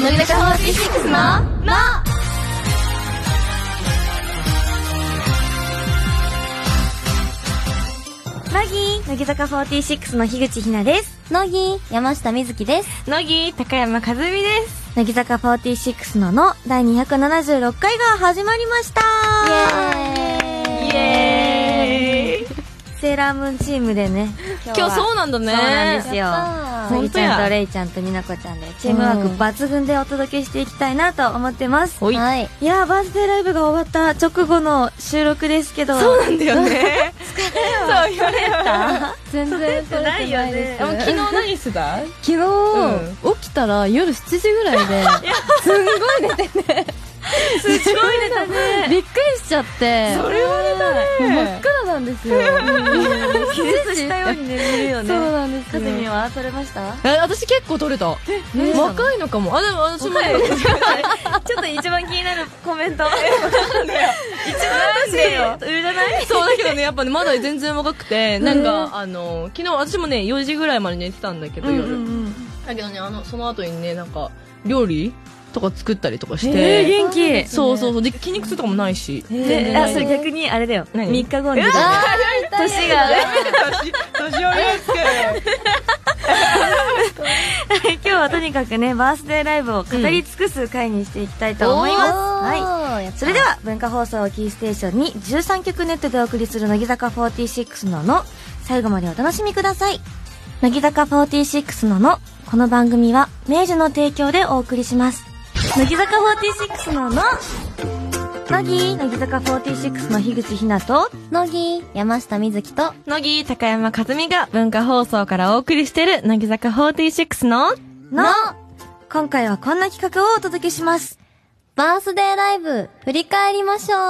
乃木坂46の「の」乃木乃木坂46の樋口ひなです乃木山下美月です乃木高山和美です乃木坂46の「の」第276回が始まりましたイエーイセーラームーンチームでね今今日はそうなんだねそうなんですよやったー乃本木ち当ゃんやとレイちゃんとになこちゃんでチームワーク抜群でお届けしていきたいなと思ってます、ほいい、いやーバースデーライブが終わった直後の収録ですけどそうなんだよねそう言われた全然撮れてないですでも昨日何してた昨日、起きたら夜7時ぐらいですんごい寝てすごい出たねびっくりしちゃってそれは出たもう真っね暗なんですよ気絶 したように寝るよそうねなんですかよずみは取れましたえ私結構撮れたね若いのかもあでも私もちょっと一番気になるコメント一番でよ上じゃないそうだけどねやっぱねまだ全然若くてなんかあの昨日私もね4時ぐらいまで寝てたんだけど夜だけどねあのその後にねなんか料理とか作ったりとかしてえ元気そうそうそうで筋肉痛とかもないしえあそれ逆にあれだよ3何日後 に年年が年寄りですけ今日はとにかくねバースデーライブを語り尽くす回にしていきたいと思います、はいはいそれでは文化放送をキーステーションに13曲ネットでお送りする乃木坂46のの最後までお楽しみください乃木坂46ののこの番組は明治の提供でお送りします乃木坂46のの乃木乃木坂46の樋口ひなと乃木山下美月と乃木高山和美が文化放送からお送りしている乃木坂46のの今回はこんな企画をお届けしますバースデーライブ振り返りましょう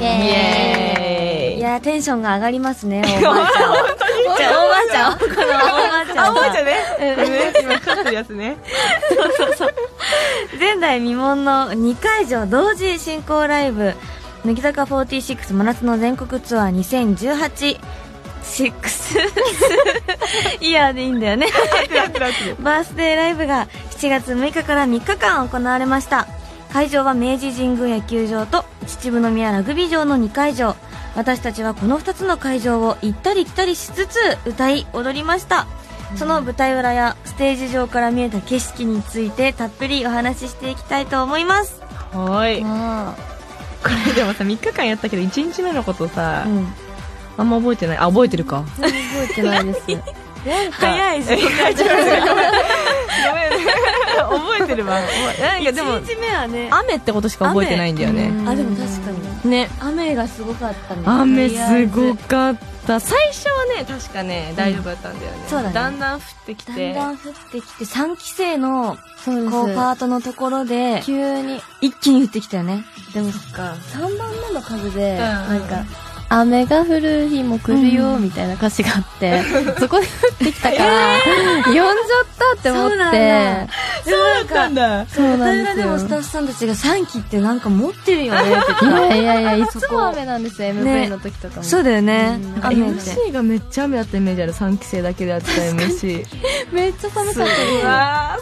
イイエーイエーイいやーテンションが上がりますねおばあちゃ んじゃあおばあちゃんこのおばあちゃんあ、覚えちゃね。今かかってるやつね。前代未聞の2会場同時進行ライブ乃木坂46真夏の全国ツアー20186 イヤーでいいんだよねバースデーライブが7月6日から3日間行われました会場は明治神宮野球場と秩父宮ラグビー場の2会場私たちはこの2つの会場を行ったり来たりしつつ歌い踊りましたその舞台裏やステージ上から見えた景色についてたっぷりお話ししていきたいと思いますはーい。あこれでもさ、3日間やったけど、1日目のことさう、んあんま覚えてない。あ、覚えてるか。ー覚えてないです 早 いし覚えてるわ。なんかでも1、日目はね雨ってことしか覚えてないんだよね。あでも確かにね。雨がすごかったね雨すごかった。最初はね、確かね、大丈夫だったんだよね。そうだねだんだん降ってきだてん。だん降ってきて3期生のそうですこうパートのところで急に一気に降ってきたよねでもか。 3番目の数で、んなんか雨が降る日も来るよみたいな歌詞があって、そこで降ってきたから、呼んじゃったって思っそうなんだてそうだったんだ。そう舞台な裏んででもスすタよッフさんたちが3期ってなんか持ってるよねってい言ってやいやいやいつそこも雨なんですよ MV の時とかも、たそうだよねうん雨って MC がめっちゃ雨だったイメージある3期生だけでやってた MC めっちゃ寒かったうわ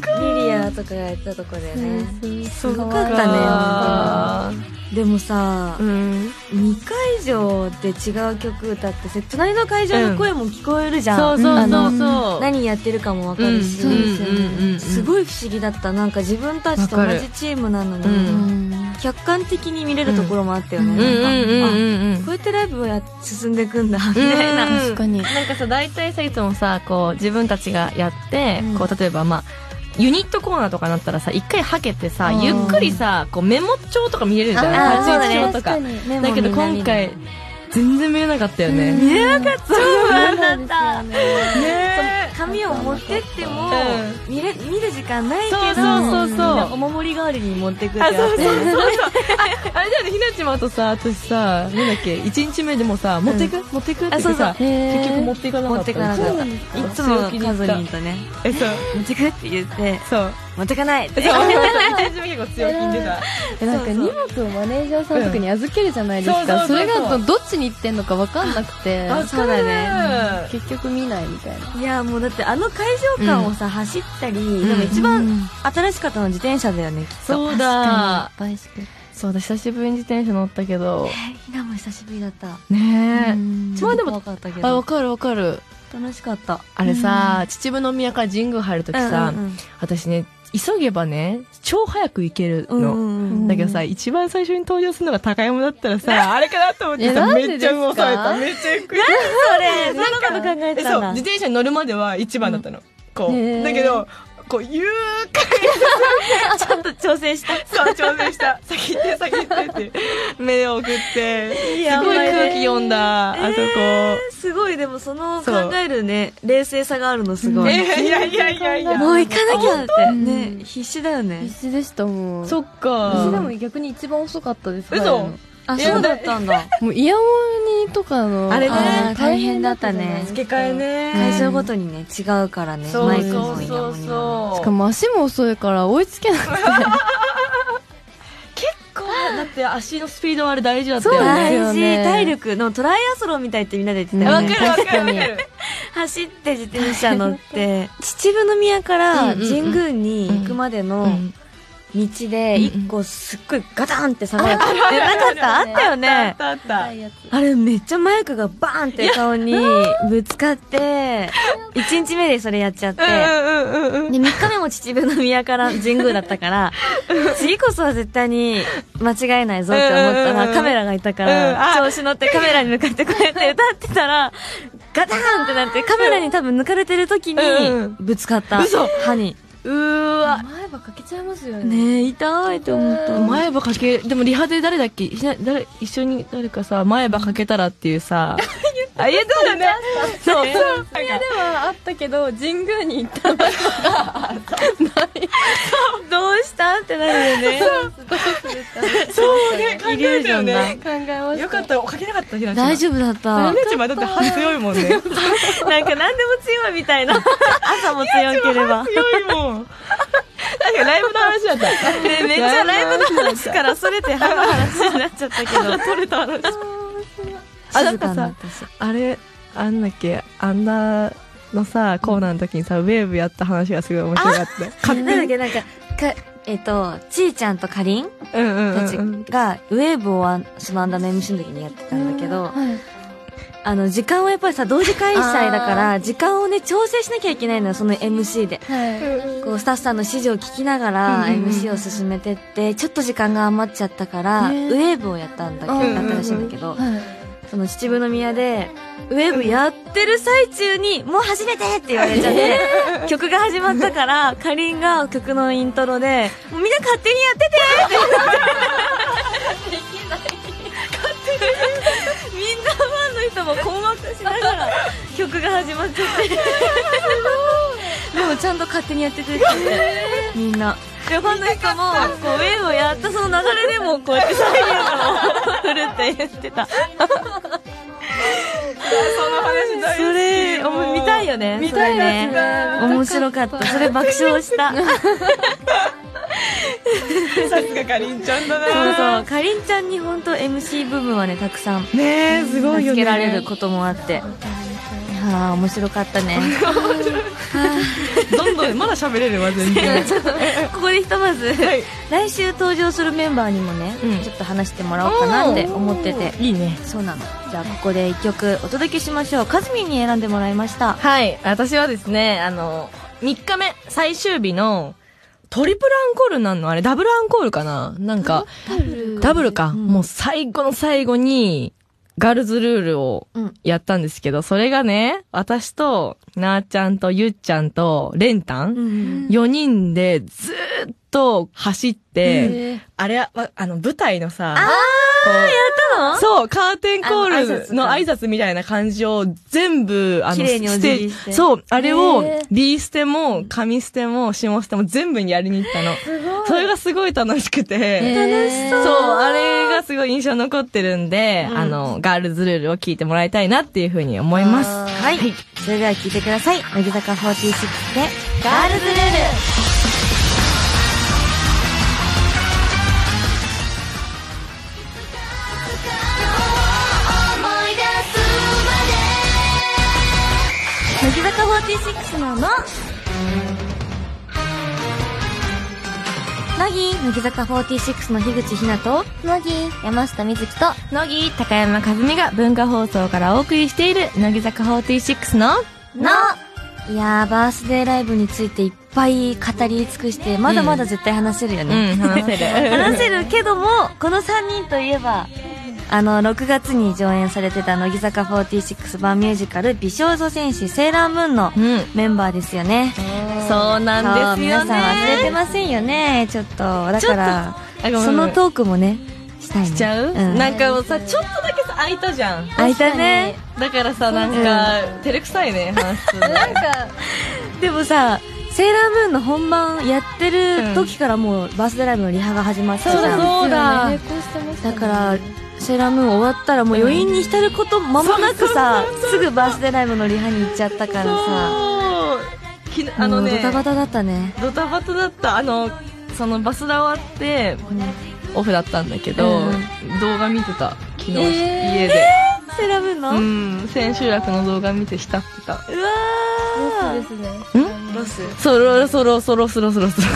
ーリリアとかがやったとこだよねですすごそかっったかねでもさうん2会場で違う曲歌ってさ隣の会場の声も聞こえるじゃん、そうそうそうそう何やってるかもわかうんるし、うんうんうんすごい不思議だったなんか自分たちと同じチームなのに、わかるう客観的に見れるところもあったよね、うんうんなんうかあんうんうんこうやってライブをや進んでいくんだみたいな、う確んかになんかさ大体さいつもさこう自分たちがやって、こう例えばまあユニットコーナーとかになったらさ一回はけてさ、うんゆっくりさこうメモ帳とか見れるじゃあーない立ち位置帳と確かかにねメモだけどみんな今見ない回全然見えなかったよね、見えなかったそうなんですよねね紙を持ってっても、う見れ見る時間ないけどそうそうそうそうお守り代わりに持ってくってあ、そうそううそうそう。ああれだよね、ひなちまとさ、私さ、なんだっけ、一日目でもさ、持っていく、持っていくって言ってあさ、そう結局持っていかなかった。持ってかなかったいつもカズリンとねえ、そう、持ってくって言ってそう。持ってかないってそう、私も結構強気に出た。えなんかそうそう荷物をマネージャーさんとかに預けるじゃないでうんすそうそかうそそうそうれがどっちに行ってんのか分かんなくてわ そうだね。結局見ないみたいないやもうだってあの会場感をさ、走ったり、でも一うん番新しかったのは自転車だよねきっとそうだ確かにバイシクルそうだ久しぶりに自転車乗ったけどえひなも久しぶりだったねちょっと怖かったけえあわどかるわかる楽しかったあれさ秩父宮から神宮入るときさうんうんうん私ね急げばね超早く行けるのうんだけどさ一番最初に登場するのが高山だったらさあれかなと思ってえさなんでめっちゃ動されためっちゃゆっくりそれそんなこと考えてえたそんうだ自転車に乗るまでは一番だったの、こう、へーだけどこうゆっくちょっと挑戦したりそう挑戦 した先行って先行ってって目を送っていやすごいお前ね空気読んだ、あそこすごいでもその考そうえるね冷静さがあるのすごい、えーいやいやいやいやもう行かなきゃって当ね必死だよね必死でしたもんそっか私でも逆に一番遅かったです嘘帰るのあえそうだったんだもうイヤモニとかのあれねー付け替えね会場ごとにね違うからねそマうイクそもうイヤそモうニもそうしかも足も遅いから追いつけなくて結構だって足のスピードはあれ大事だったそうよ大ねよ事ね体力のトライアスロンみたいってみんなで言ってたわよだねかるわかるわかる走って自転車乗って秩父宮から神宮に行くまでの道で一個すっごいガタンって下がるなかったあったよあっねたあったやつあれめっちゃマイクがバーンって顔にぶつかって1日目でそれやっちゃってうんうんうんうんで、3日目も秩父宮から神宮だったから、次こそは絶対に間違えないぞって思ったうんうんうら、んカメラがいたかうんあら、調子乗ってカメラに向かってこうやって歌ってたら、ガターンってなって、カメラに多分抜かれてる時うんうにん、ぶつかった。嘘歯に。うーわ前歯かけちゃいますよねねえ、痛いって思った。前歯かけでもリハで誰だっけひな誰一緒に誰かさ前歯かけたらっていうさあ 言ったよねそうそうではあったけど神宮に行ったのどうしたってなるよね。そうね考えたよイリューね考えましたよかったかけなかったひなちゃん大丈夫だった。ひなちゃんはだって歯強いもんね なんか何でも強いみたいな。 朝も強ければ。ね強いもん。確かにライブの話だった。えめっちゃライブの話からそれて歯の話になっちゃったけど。取れた話。あなんか静になさったしあれあんだっけあんなのさコーナーの時にさウェーブやった話がすごい面白かったなんだっけ、なんか、か、えっ、と、ちーちゃんとかりんうんうんたちうんうんが、ウェーブをあんそのアンダーの MC の時にやってたんだけど、あの、時間をやっぱりさ、同時開催だから、時間をね、調整しなきゃいけないのよ、その MC で。はいこう、スタッフさんの指示を聞きながら、うんうんうん MC を進めてって、ちょっと時間が余っちゃったから、ウねェーブをやったんだけうんうんど、うんやったらしいんだけど、はいその秩父宮で、ウェーブやってる最中に、もう始めてって言われちゃって、曲が始まったから、かりんが曲のイントロで、もうみんな勝手にやっててって言って。できない。勝手に。みんなファンの人も困惑しながら、曲が始まっちゃって。すごい。でもちゃんと勝手にやっててって言って、みんな。でファンの人も、こう、ウェーブをやったその流れでも、こうやってサイレンを振るって言ってた。その話大好き。それ、おも見たいよね。見たいやつだ。面白かった。それ爆 笑した。そうさすがかりんちゃんだそな。う。かりんちゃんに本当 MC 部分はね、たくさんねえ、すごい助よね。けられることもあって。はあ、面白かっ たね。どんどん、まだ喋れるわ、 全然。ここでひとまず、来週登場するメンバーにもね、うんちょっと話してもらおうかなって思ってて。いいねそうなの。じゃあ、ここで一曲お届けしましょう。かずみんに選んでもらいました。はい私はですねあの3日目最終日のトリプルアンコールなんのあれダブルアンコールかななんかダブルか、もう最後の最後に、ガールズルールをうんやったんですけど、それがね、私と、なーちゃんとゆっちゃんと、レンタン、ん。 4人でずーっと走って、えあれは、わあの、舞台のさ、こうそう、カーテンコあの挨拶ーとルかの挨拶みたいな感じを全部、あの、綺麗にお辞儀してステージそう、あれをへー、 B ステも、上ステも、下ステも全部にやりに行ったの。それがすごい楽しくて。楽しそう、あれがすごい印象残ってるんで、あの、ガールズルールを聞いてもらいたいなっていうふうに思います。はい。それでは聴いてください。乃木坂46で、ガールズルール。 46のの乃木乃木坂46の樋口ひなと乃木山下美月と乃木高山和美が文化放送からお送りしている乃木坂46ののいやーバースデーライブについていっぱい語り尽くしてまだまだ絶対話せるよね、ん話せる話せるけどもこの3人といえばあの6月に上演されてた乃木坂46版ミュージカル「美少女戦士セーラームーン」の うんメンバーですよねそうなんですよそう皆さん忘れてねませんよねちょっとだからあごめんごめんそのトークもねしたいねしちゃう、ん、なんかもうさちょっとだけさ空いたじゃんあいたねだからさなんか、照れくさい ね話すのでもさセーラームーンの本番やってる時からもうバースデーライブのリハが始まってたじゃんそうだ並行してましただねから、セーラームーン終わったらもう余韻に浸ること間もなくさ、すぐバースデーライブのリハに行っちゃったからさ、そうきあのもうねドタバタだったね。ドタバタだったあのそのバスラ終わって、オフだったんだけど、動画見てた昨日、家で、セーラームーンの、うん千秋楽の動画見て浸ってたうわそうーですねロス。そろそろそろそろそろそろ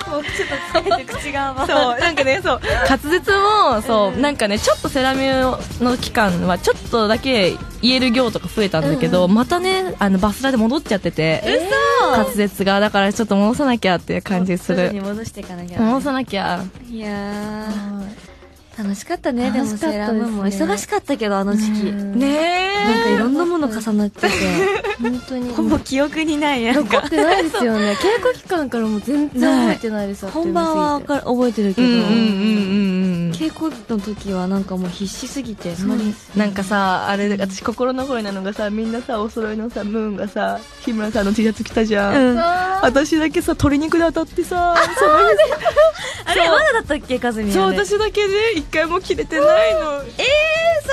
口が そうなんかねそう滑舌もそう、なんかねちょっとセラミューの期間はちょっとだけ言える行とか増えたんだけど、またねあのバスラで戻っちゃってて滑舌がだからちょっと戻さなきゃっていう感じす徐々るに戻していかなきゃ。戻さなきゃいやー。楽しかったね、でも楽しセかったーですねラームーンも忙しかったけど、あの時期。ねねなんかいろんなもの重な ってて、本当にほぼ記憶にないやんか。残ってないですよね稽古期間からもう全然覚えてないです本番はわるか覚えてるけうど、んうんうんうん稽古の時はなんかもう必死すぎて、あんまりなんかさあれ私心残りなのがさみんなさお揃いのさムーンがさ日村さんの T シャツ着たじゃん、私だけさ鶏肉で当たってさその日あれまだだったっけカズミそうあれ私だけで一回も着れてないのえー、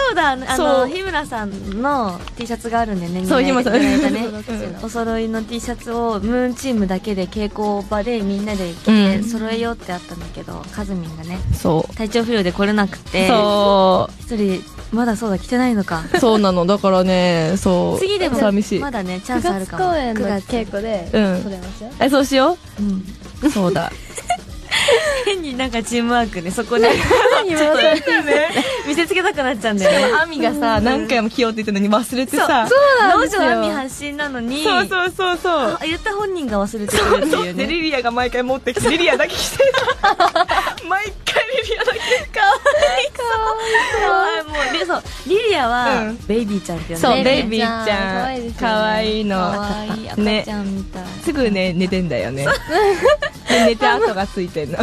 そうだあそのう日村さんの T シャツがあるんでねそうみんなで日村さんいた だいたねお揃いの T シャツをムーンチームだけで稽古場でみんなで着うてん揃えようってあったんだけど、カズミンがねそ体調不良で来れなくうてそ一人まだそうだ着てないのかうそうなのだからねそう次でも寂しい、まだねチャン9スある月か公も演の9稽古でうん撮れましたよえそうしようんうそうだ変になんかチームワークねそこ で何今だって見せつけたくなっちゃうんだでよねもアミがさ何回も着ようって言ったのに忘れてさそうですよ老女亜美発信なのにそうそうそうそうあ言った本人が忘れてくるっていうねでリリアが毎回持ってきてリリアだけ 着てた毎回リリアだけはいもうでそうリリアは、うんベイビーちゃんって呼んでそうベベイイビビーーちちゃんゃん可可愛愛いいですよねの可愛い赤ねちゃんみたい、すぐね寝てんだよねで寝て跡がついてんの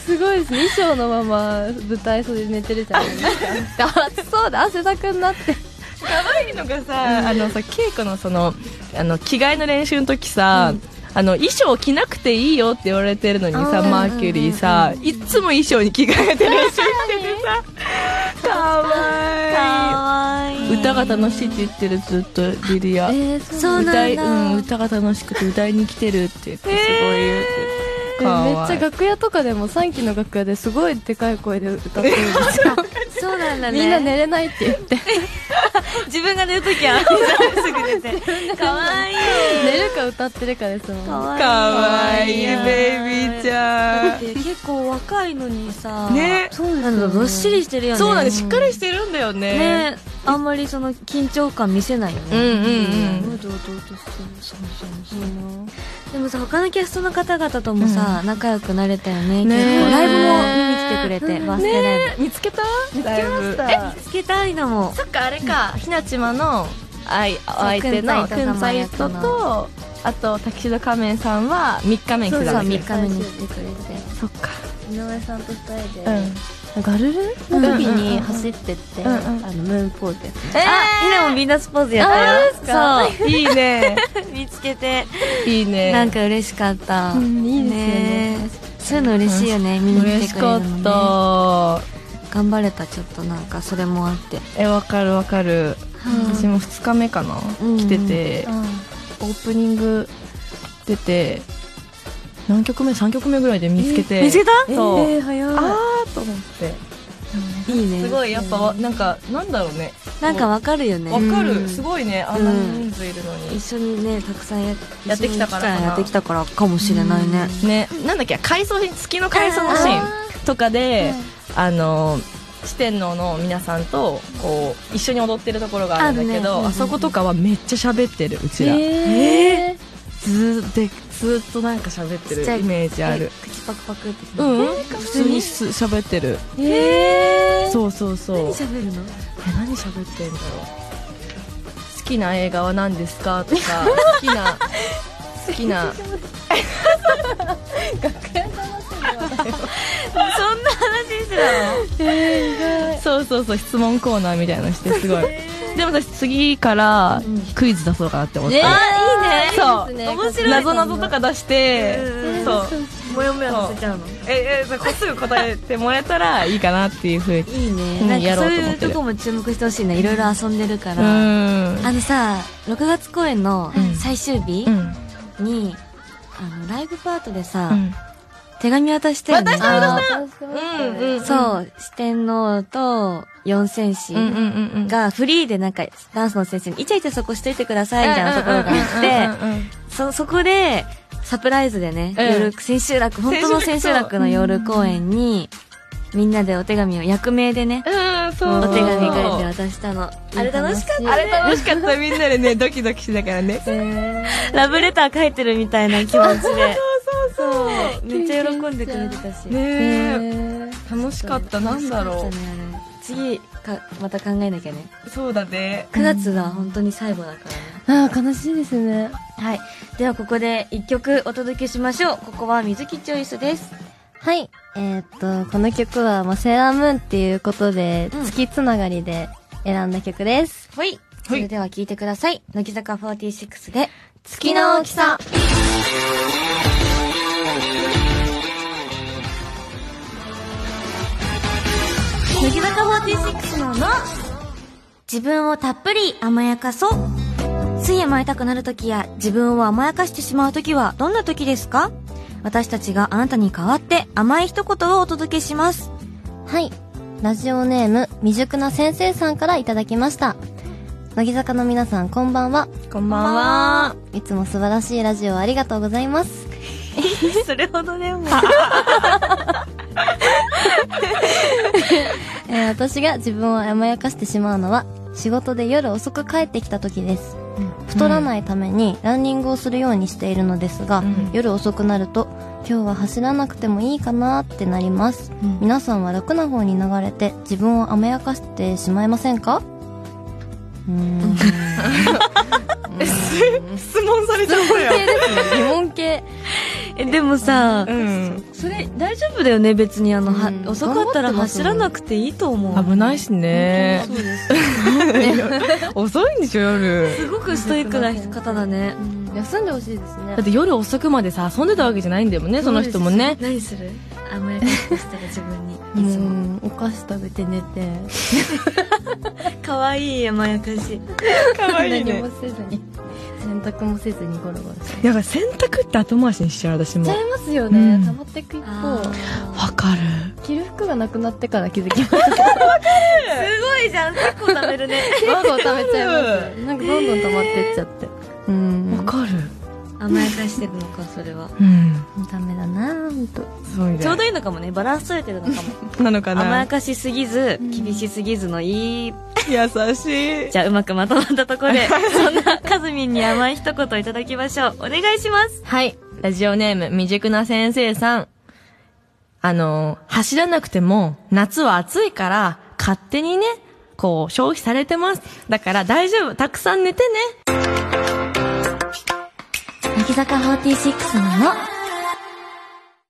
すごいですね衣装のまま舞台袖で寝てるじゃないですか暑そうで汗だくになって可愛いのがさあのさ稽古のそのあの着替えの練習の時さ、あの衣装着なくていいよって言われてるのにさマーキュリーさ、いっつも衣装に着替えて練習しててさ かわ可愛いい歌が楽しいって言ってるずっとリリアえー、そうなんだ歌いうん、歌が楽しくて歌いに来てるって言ってすごい言うて、かめっわちいゃい楽屋とかでも3期の楽屋ですごいでかい声で歌ってるんですよそうなんだねみんな寝れないって言って自分が寝るときはすぐ寝 て可愛い寝るか歌ってるかですもん可愛いかわいいベイビーちゃでん結構若いのにさねそうなんだどっしりしてるよねそうなんですしっかりしてるんだよねねあんまりその緊張感見せないようんね、うんうん堂々としてるそうそうそうでもさ他のキャストの方々ともさ、仲良くなれたよねね結構ライブも見に来てくれて、バースデーライブ、見つけた見つけましたえつけたいのもそっかあれかひなちまの相相手そのうくんくんささいいととかのとあとタキシード仮面さんは3日目に来そてうた3んだけ日ど目に来てくれてそっか井上さんと二人で、うんガルルの時に走ってって、あのムーンポーズやってえあ、ひなもビーナスポーズやったよそういいね見つけて いいねなんか嬉しかった、うんいいですよねえそういうの嬉しいよね見に嬉来てしくれるかの、っね、た頑張れたちょっとなんかそれもあってえわかるわかる、私も2日目かな、うん来てて、オープニング出て何曲目3曲目ぐらいで見つけて、見つけたそう、えー、早いあーと思っていいねすごいやっぱわなんかなんだろうねなんかわかるよねわかうるんすごいねあんなに人数いるのに一緒にねたくさんややってきたからかな一緒にやってきたからかもしれないねねなんだっけ回想シーン月の回想のシーンとかであの四天王の皆さんとこう一緒に踊ってるところがあるんだけどあ,、あるねうんそことかはめっちゃ喋ってるうちら、えずーっとずーっとなんか喋ってちっちゃるいイメージある口パクパクってうん、普通にす喋ってるー、えそうそうそう何喋るのえ何喋ってんだろう好きな映画は何ですかとか好きな好きなそうそうそう質問コーナーみたいなのしてすごいでも私次からクイズ出そうかなって思って、あそーういいねそう面白い謎謎とか出してそうもやもやさせちゃうのええそうこうすぐ答えてもらえたらいいかなっていうふうにいいねうんなんやかろそううとい思っうてとるこも注目してほしいねいろいろ遊んでるかうらんあのさ6月公演のうん最終日うんにあのライブパートでうさん手紙渡したよねうんうんうんそう四天王と四戦士うんうんうんうんがフリーでなんかダンスの先生にイチャイチャそこしといてくださいみたいなところがあってうんうんうんうんそそこでサプライズでね、うん夜千秋楽本当の千秋楽の夜公演にみんなでお手紙を役名でねうんそうお手紙書いて渡したのあれ楽しかったあれ楽しかったみんなでねドキドキしながらねラブレター書いてるみたいな気持ちでそう めっちゃ喜んでくれてたしねええ楽しかったなんだろ楽しかったねあれ次かまた考えなきゃねうそうだね9月が本当に最後だからねあー悲しいですねはいではここで一曲お届けしましょうここは水木チョイスですはい。えーっと、この曲は、まあ、セーラームーンっていうことで、うん月つながりで選んだ曲です。はいそれでは聴いてください乃木坂46で月の大きさ。乃木坂46のの自分をたっぷり甘やかそうつい甘えたくなるときや自分を甘やかしてしまうときはどんなときですか私たちがあなたに代わって甘い一言をお届けしますはい。ラジオネーム、未熟な先生さんからいただきました。乃木坂の皆さん、こんばんは。こんばんはいつも素晴らしいラジオありがとうございます。 それほどで もえー私が自分を甘やかしてしまうのは仕事で夜遅く帰ってきた時です、太らないためにランニングをするようにしているのですが、ん夜遅くなると今日は走らなくてもいいかなってなります、うん皆さんは楽な方に流れて自分を甘やかしてしまいませんかうー ん質問されちゃったよ疑問系えでもさうんそれ大丈夫だよね別にあの、はうん遅かったら走らなくていいと思う危ないしねそうです遅いんでしょ夜すごくストイックな方だね休んでほしいですねだって夜遅くまでさ遊んでたわけじゃないんだよねその人もね何する甘やかしてる自分にういつもんお菓子食べて寝て可愛い甘やかしかわ何もせずに洗濯もせずにゴロゴロしてだから洗濯って後回しにしちゃう私ちもゃいますよね、うん溜まっていく一方わかる着る服がなくなってから気づきましたすごいじゃん結構食べるねワゴン貯めちゃいますなんかどんどん溜まってっちゃって、うんかる甘やかしてるのかそれはうんダメだなぁほんとそうみたいちょうどいいのかもねバランス取れてるのかもなのか甘なやかしすぎずうん厳しすぎずのいい優しいじゃあうまくまとまったところでそんなかずみんに甘い一言いただきましょうお願いしますはい。ラジオネーム、未熟な先生さん。あの、走らなくても、夏は暑いから、勝手にね、こう、消費されてます。だから大丈夫。たくさん寝てね。乃木坂46なの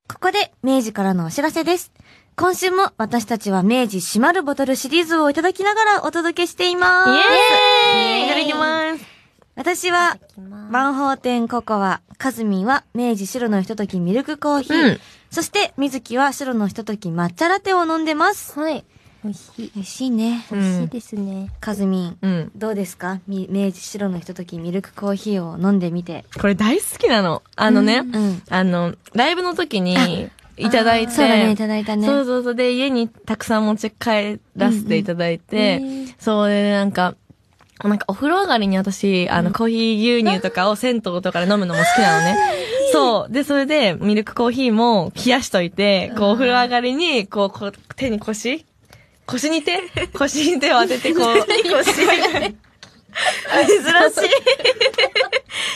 ここで明治からのお知らせです今週も私たちは明治閉まるボトルシリーズをいただきながらお届けしていますいただきます。私はま万宝店ココア、カズミンは明治白のひとときミルクコーヒー、うんそして水木は白のひととき抹茶ラテを飲んでます。はい美味しい美味しいね。美味しいですね、カズミン、うん。どうですかみ明治白のひとときミルクコーヒーを飲んでみて。これ大好きなの。あのね、うん。あの、ライブの時に、いただいて、そうだね、いただいたね。そうそうそう。で、家にたくさん持ち帰らせていただいて、そうで、なんか、なんかお風呂上がりに私、あの、コーヒー牛乳とかを銭湯とかで飲むのも好きな のね。そう。で、それで、ミルクコーヒーも冷やしといて、こう、お風呂上がりに、こう、こう手に腰腰に手腰に手を当てて、こう。珍しい。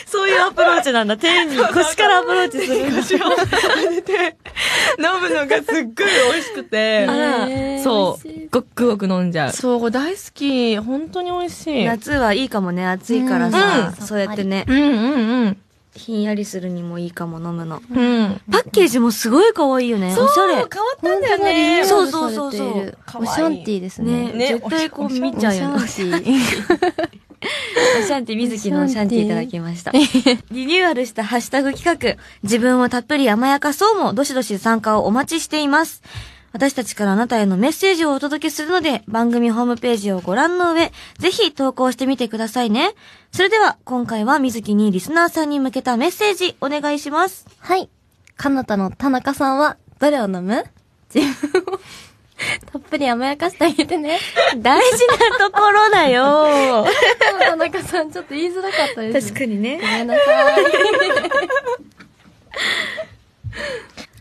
そういうアプローチなんだ。手に腰からアプローチするんだ。腰を当てて、飲むのがすっごい美味しくて。そう。ごっくごく飲んじゃう。そう、これ大好き。本当に美味しい。夏はいいかもね、暑いからさ、うんそうやってね、うんうんうん。ひんやりするにもいいかも飲むの。うん。パッケージもすごい可愛いよね。おしゃれ。変わったんだよね。そそううそうそそううそうそう。かわおいいシャンティーですね。ねね絶対こう見ちおゃうシよね。ャンティー。おシャンティ、みずきのおシャンティいただきました。リニューアルしたハッシュタグ企画、自分をたっぷり甘やかそうも、どしどし参加をお待ちしています。私たちからあなたへのメッセージをお届けするので、番組ホームページをご覧の上、ぜひ投稿してみてくださいね。それでは、今回はみずきにリスナーさんに向けたメッセージ、お願いします。はい。かなたの田中さんは、どれを飲む自分をたっぷり甘やかしてあげてね。大事なところだ よ田中さん、ちょっと言いづらかったです、ね。かにね。ごめんなさい。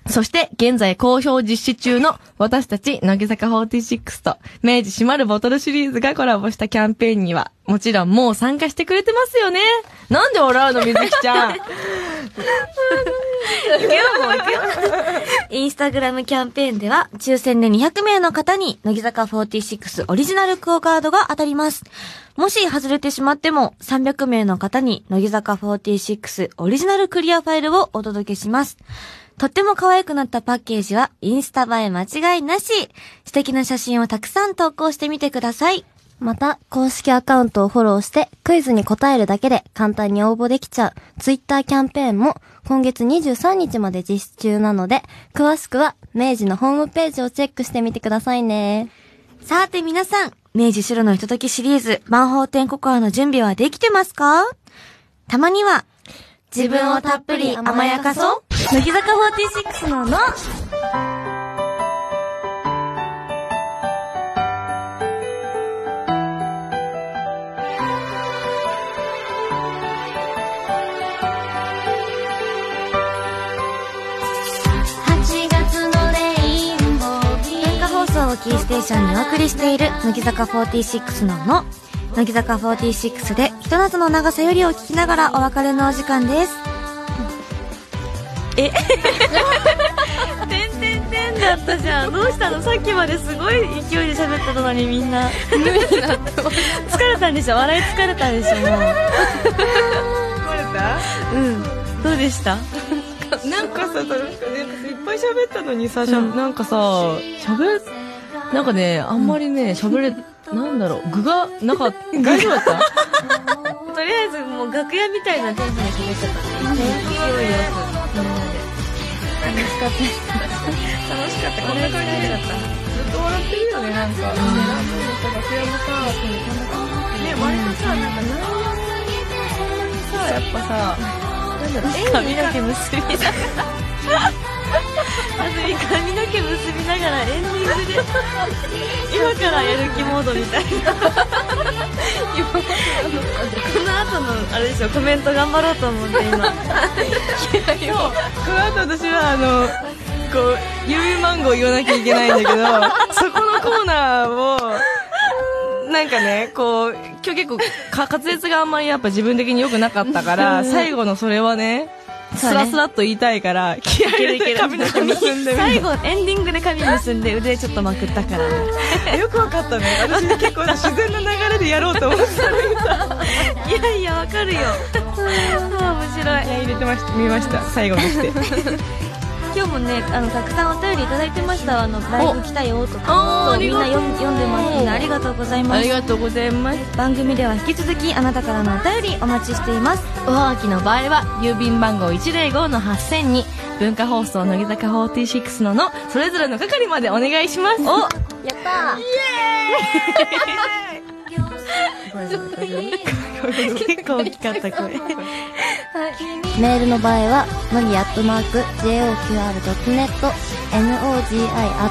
そして、現在好評実施中の私たち、乃木坂46と、明治閉まるボトルシリーズがコラボしたキャンペーンには、もちろんもう参加してくれてますよね。なんで笑うの、みずきちゃん。インスタグラムキャンペーンでは、抽選で200名の方に、乃木坂46オリジナルクオカードが当たります。もし外れてしまっても、300名の方に、乃木坂46オリジナルクリアファイルをお届けします。とっても可愛くなったパッケージは、インスタ映え間違いなし素敵な写真をたくさん投稿してみてください。また、公式アカウントをフォローして、クイズに答えるだけで簡単に応募できちゃう、ツイッターキャンペーンも、今月23日まで実施中なので、詳しくは、明治のホームページをチェックしてみてくださいね。さて皆さん、明治白のひとときシリーズ、万宝天ココアの準備はできてますかたまには、自分をたっぷり甘やかそう乃木坂46のの8月のレインボー文化放送をキーステーションにお送りしている、乃木坂46のの、乃木坂46で、ひと夏の長さよりを聞きながらお別れのお時間です。 えてんてんてんだったじゃん。どうしたのさっきまですごい勢いで喋ってたのにみん な。無理だ疲れたんでしょ笑い疲れたでしょもう。疲れたうん。どうでしたなんかさ、いっぱい喋ったのにさ、しゃなんかさ、喋、なんかね、あんまりね、喋れ、なんだろう、具が、なんか、大丈夫だったとりあえずもう楽屋みたいなテンションで決めちゃったね。勢いよく。みんなで。楽しかった。こんな感じで。ずっと笑ってるよね、なんか。ね、ラブのさ、楽屋もさ、ね、割とさ、なんか内容もさ、やっぱさ、なんだろう、髪の毛結びながらあずみ髪の毛結びながらエンディングで今からやる気モードみたいなこの後のあれでしょコメント頑張ろうと思って今この後私はあのこうゆうゆうマンゴー言わなきゃいけないんだ けどそこのコーナーをなんかねこう今日結構か滑舌があんまりやっぱ自分的に良くなかったから最後のそれはねスラスラっと言いたいから気合い入れて髪の毛結んでみ最後エンディングで髪結んで腕ちょっとまくったからねるよくわかったね私結構自然な流れでやろうと思っていやいやわかるよあー面白い気合い入れてました見ました最後に して今日もねあのたくさんお便りいただいてましたあのライブ来たよとあかーあみりんがなとう読ん読んでますみんなありがとうございますがとうございます番組では引き続きあなたからのお便りお待ちしていますおはがきの場合は郵便番号105の8000に文化放送乃木坂46ののそれぞれの係までお願いしますおやったー 結構大きかった声はい。メールの場合は、のりアットマーク、joqr.net、nogi アッ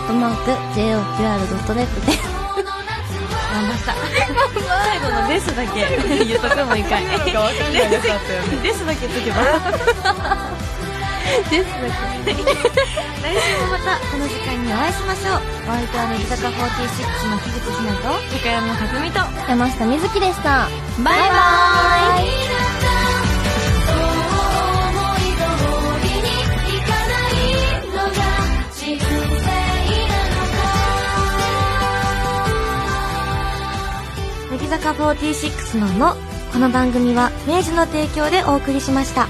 トマーク、joqr.net です。頑張った。 最後のですだけ言っとくもう一回。ですだけ言っとけば。ですだけ。来週もまたこの時間にお会いしましょう。お相手は乃木坂46の樋口ひなと高山和美と。山下美月でした。バイバーイ。乃木坂46ののこの番組は明治の提供でお送りしました。